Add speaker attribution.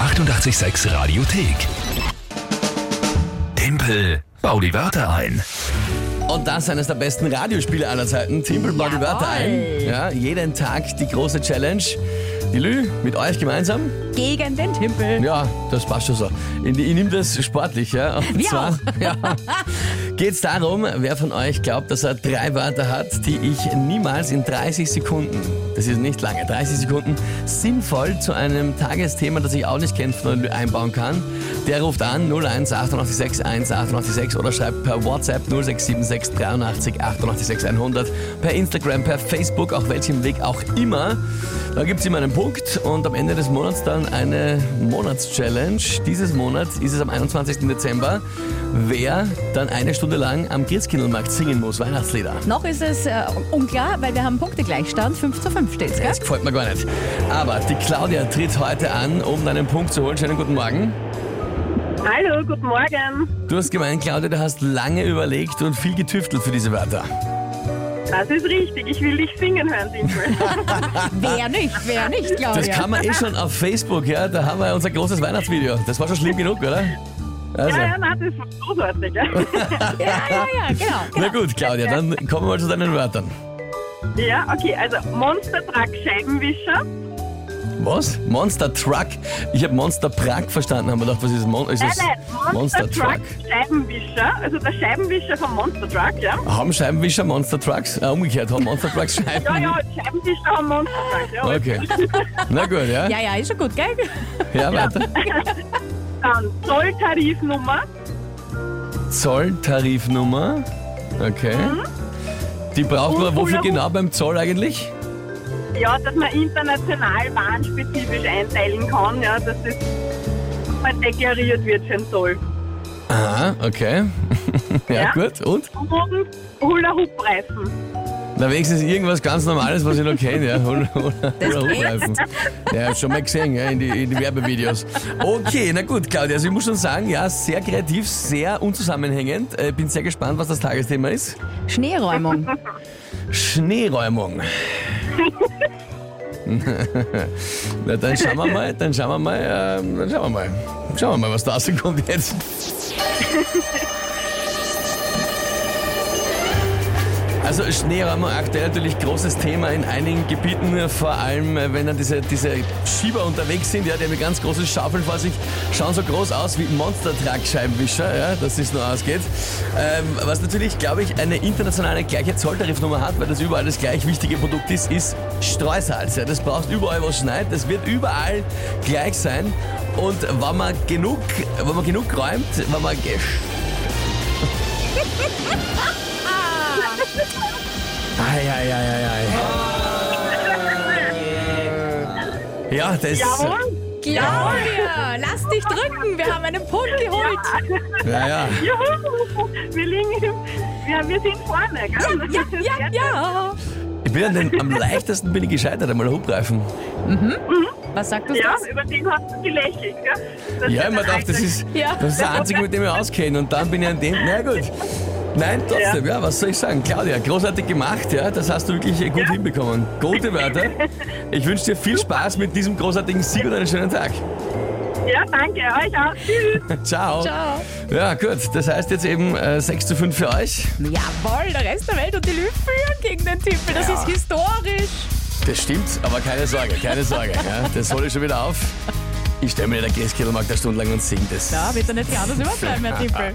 Speaker 1: 886 Radiothek. Tempel, bau die Wörter ein.
Speaker 2: Und das eines der besten Radiospiele aller Zeiten. Timpel mal die Wörter ein. Ja, jeden Tag die große Challenge. Die Lü, mit euch gemeinsam.
Speaker 3: Gegen den Timpel.
Speaker 2: Ja, das passt schon so. Ich, ich nehme das sportlich, ja. Und
Speaker 3: Wir
Speaker 2: zwar
Speaker 3: auch.
Speaker 2: Ja, geht es darum, wer von euch glaubt, dass er drei Wörter hat, die ich niemals in 30 Sekunden, das ist nicht lange, 30 Sekunden, sinnvoll zu einem Tagesthema, das ich auch nicht kenne, von der Lü einbauen kann. Der ruft an 01 886 1886 oder schreibt per WhatsApp 0676 83 886 100, per Instagram, per Facebook, auf welchem Weg auch immer. Da gibt es immer einen Punkt und am Ende des Monats dann eine Monatschallenge. Dieses Monat ist es am 21. Dezember, wer dann eine Stunde lang am Christkindlmarkt singen muss, Weihnachtslieder.
Speaker 3: Noch ist es äh, unklar, weil wir haben Punktegleichstand. 5 zu 5 steht's, gell?
Speaker 2: Das gefällt mir gar nicht. Aber die Claudia tritt heute an, um deinen Punkt zu holen. Schönen guten Morgen.
Speaker 4: Hallo, guten Morgen.
Speaker 2: Du hast gemeint, Claudia, du hast lange überlegt und viel getüftelt für diese Wörter.
Speaker 4: Das ist richtig. Ich will dich singen hören, Dimple.
Speaker 3: Wer nicht, wer nicht, Claudia.
Speaker 4: Oh,
Speaker 2: Das kann man eh schon auf Facebook, ja. Da haben wir unser großes Weihnachtsvideo. Das war schon schlimm genug, oder? Also.
Speaker 4: ja, ja, na, das ist großartig. ja.
Speaker 3: Ja, ja, ja, genau.
Speaker 2: Na
Speaker 3: genau.
Speaker 2: gut, Claudia, dann kommen wir mal zu deinen Wörtern.
Speaker 4: ja, okay, also Monster Truck Scheibenwischer.
Speaker 2: Was? Monster Truck? Ich habe Monster Prag verstanden, haben wir gedacht, was ist Mon ist
Speaker 4: Nein,
Speaker 2: das?
Speaker 4: nein, Monster, Truck Scheibenwischer. Also der Scheibenwischer vom Monster Truck, ja.
Speaker 2: Haben Scheibenwischer Monster Trucks? Äh, umgekehrt, haben Monster Trucks Scheiben?
Speaker 4: Ja, ja, Scheibenwischer vom Monster Truck, ja.
Speaker 2: Mhm. Okay. Na gut, ja?
Speaker 3: Ja, ja, ist schon gut, gell?
Speaker 2: Ja, weiter.
Speaker 4: Dann Zolltarifnummer.
Speaker 2: Zolltarifnummer. Okay.
Speaker 4: Mhm.
Speaker 2: Die braucht man
Speaker 4: Und
Speaker 2: wofür
Speaker 4: Hula-Hoop.
Speaker 2: genau beim Zoll eigentlich?
Speaker 4: Ja, dass man international warenspezifisch einteilen kann, ja, dass das mal deklariert wird für den Zoll.
Speaker 2: Aha, okay. ja,
Speaker 4: Ja.
Speaker 2: gut. Und?
Speaker 4: Und Hula-Hoop-Reifen.
Speaker 2: Na, wenigstens irgendwas ganz Normales, was ich noch kenne, ja. Hula, Hula, Hula Hoop-Reifen. Ja, hab schon mal gesehen, ja, in die, in die Werbevideos. Okay, na gut, Claudia, also ich muss schon sagen, ja, sehr kreativ, sehr unzusammenhängend. Äh, bin sehr gespannt, was das Tagesthema ist.
Speaker 3: Schneeräumung.
Speaker 2: Schneeräumung. na, dann schauen wir mal, dann schauen wir mal, ähm, dann schauen wir mal. Schauen wir mal, was da rauskommt jetzt. Also Schneeräumung aktuell natürlich großes Thema in einigen Gebieten, vor allem äh, wenn dann diese, diese Schieber unterwegs sind, ja, die haben ja ganz große Schaufeln vor sich, schauen so groß aus wie Monster-Truck-Scheibenwischer, ja, dass das nur ausgeht. Ähm, was natürlich, glaube ich, eine internationale gleiche Zolltarifnummer hat, weil das überall das gleich wichtige Produkt ist, ist Streusalz. Ja. Das brauchst überall, was schneit, das wird überall gleich sein und wenn man genug, wenn man genug räumt, wenn man... Ei, ei, ei, ei, ei. Ja, das...
Speaker 4: Jawohl.
Speaker 3: Claudia, lass dich drücken, wir haben einen Punkt geholt.
Speaker 2: Ja, ja.
Speaker 4: Juhu! Wir liegen im, wir, wir sind vorne, gell?
Speaker 3: Ja, ja, ja.
Speaker 2: Ich bin an den, am leichtesten bin ich gescheitert, einmal Hubreifen.
Speaker 3: Was sagt uns
Speaker 4: Ja,
Speaker 3: das?
Speaker 4: über den hast du gelächelt, gell? Das
Speaker 2: Ja,
Speaker 4: ist
Speaker 2: ich mir gedacht, das ist,
Speaker 3: Ja.
Speaker 2: das ist der einzige, mit dem ich auskenne. Und dann bin ich an dem, na gut. Nein, trotzdem, ja. was soll ich sagen? Claudia, großartig gemacht, ja, das hast du wirklich gut hinbekommen. Gute Wörter. Ich wünsche dir viel Spaß mit diesem großartigen Sieg und einen schönen Tag.
Speaker 4: Ja, danke, euch auch. Tschüss.
Speaker 2: Ciao.
Speaker 3: Ciao.
Speaker 2: Ja, gut, das heißt jetzt eben äh, 6 zu 5 für euch.
Speaker 3: Jawohl, der Rest der Welt und die Lüft führen gegen den Timpel. Das
Speaker 2: Ja.
Speaker 3: ist historisch.
Speaker 2: Das stimmt, aber keine Sorge, keine Sorge. Ja, das hole ich schon wieder auf. Ich stelle mir den Christkindlmarkt eine Stunde lang und singe das.
Speaker 3: Da wird er nicht anders überbleiben, Herr Timpel.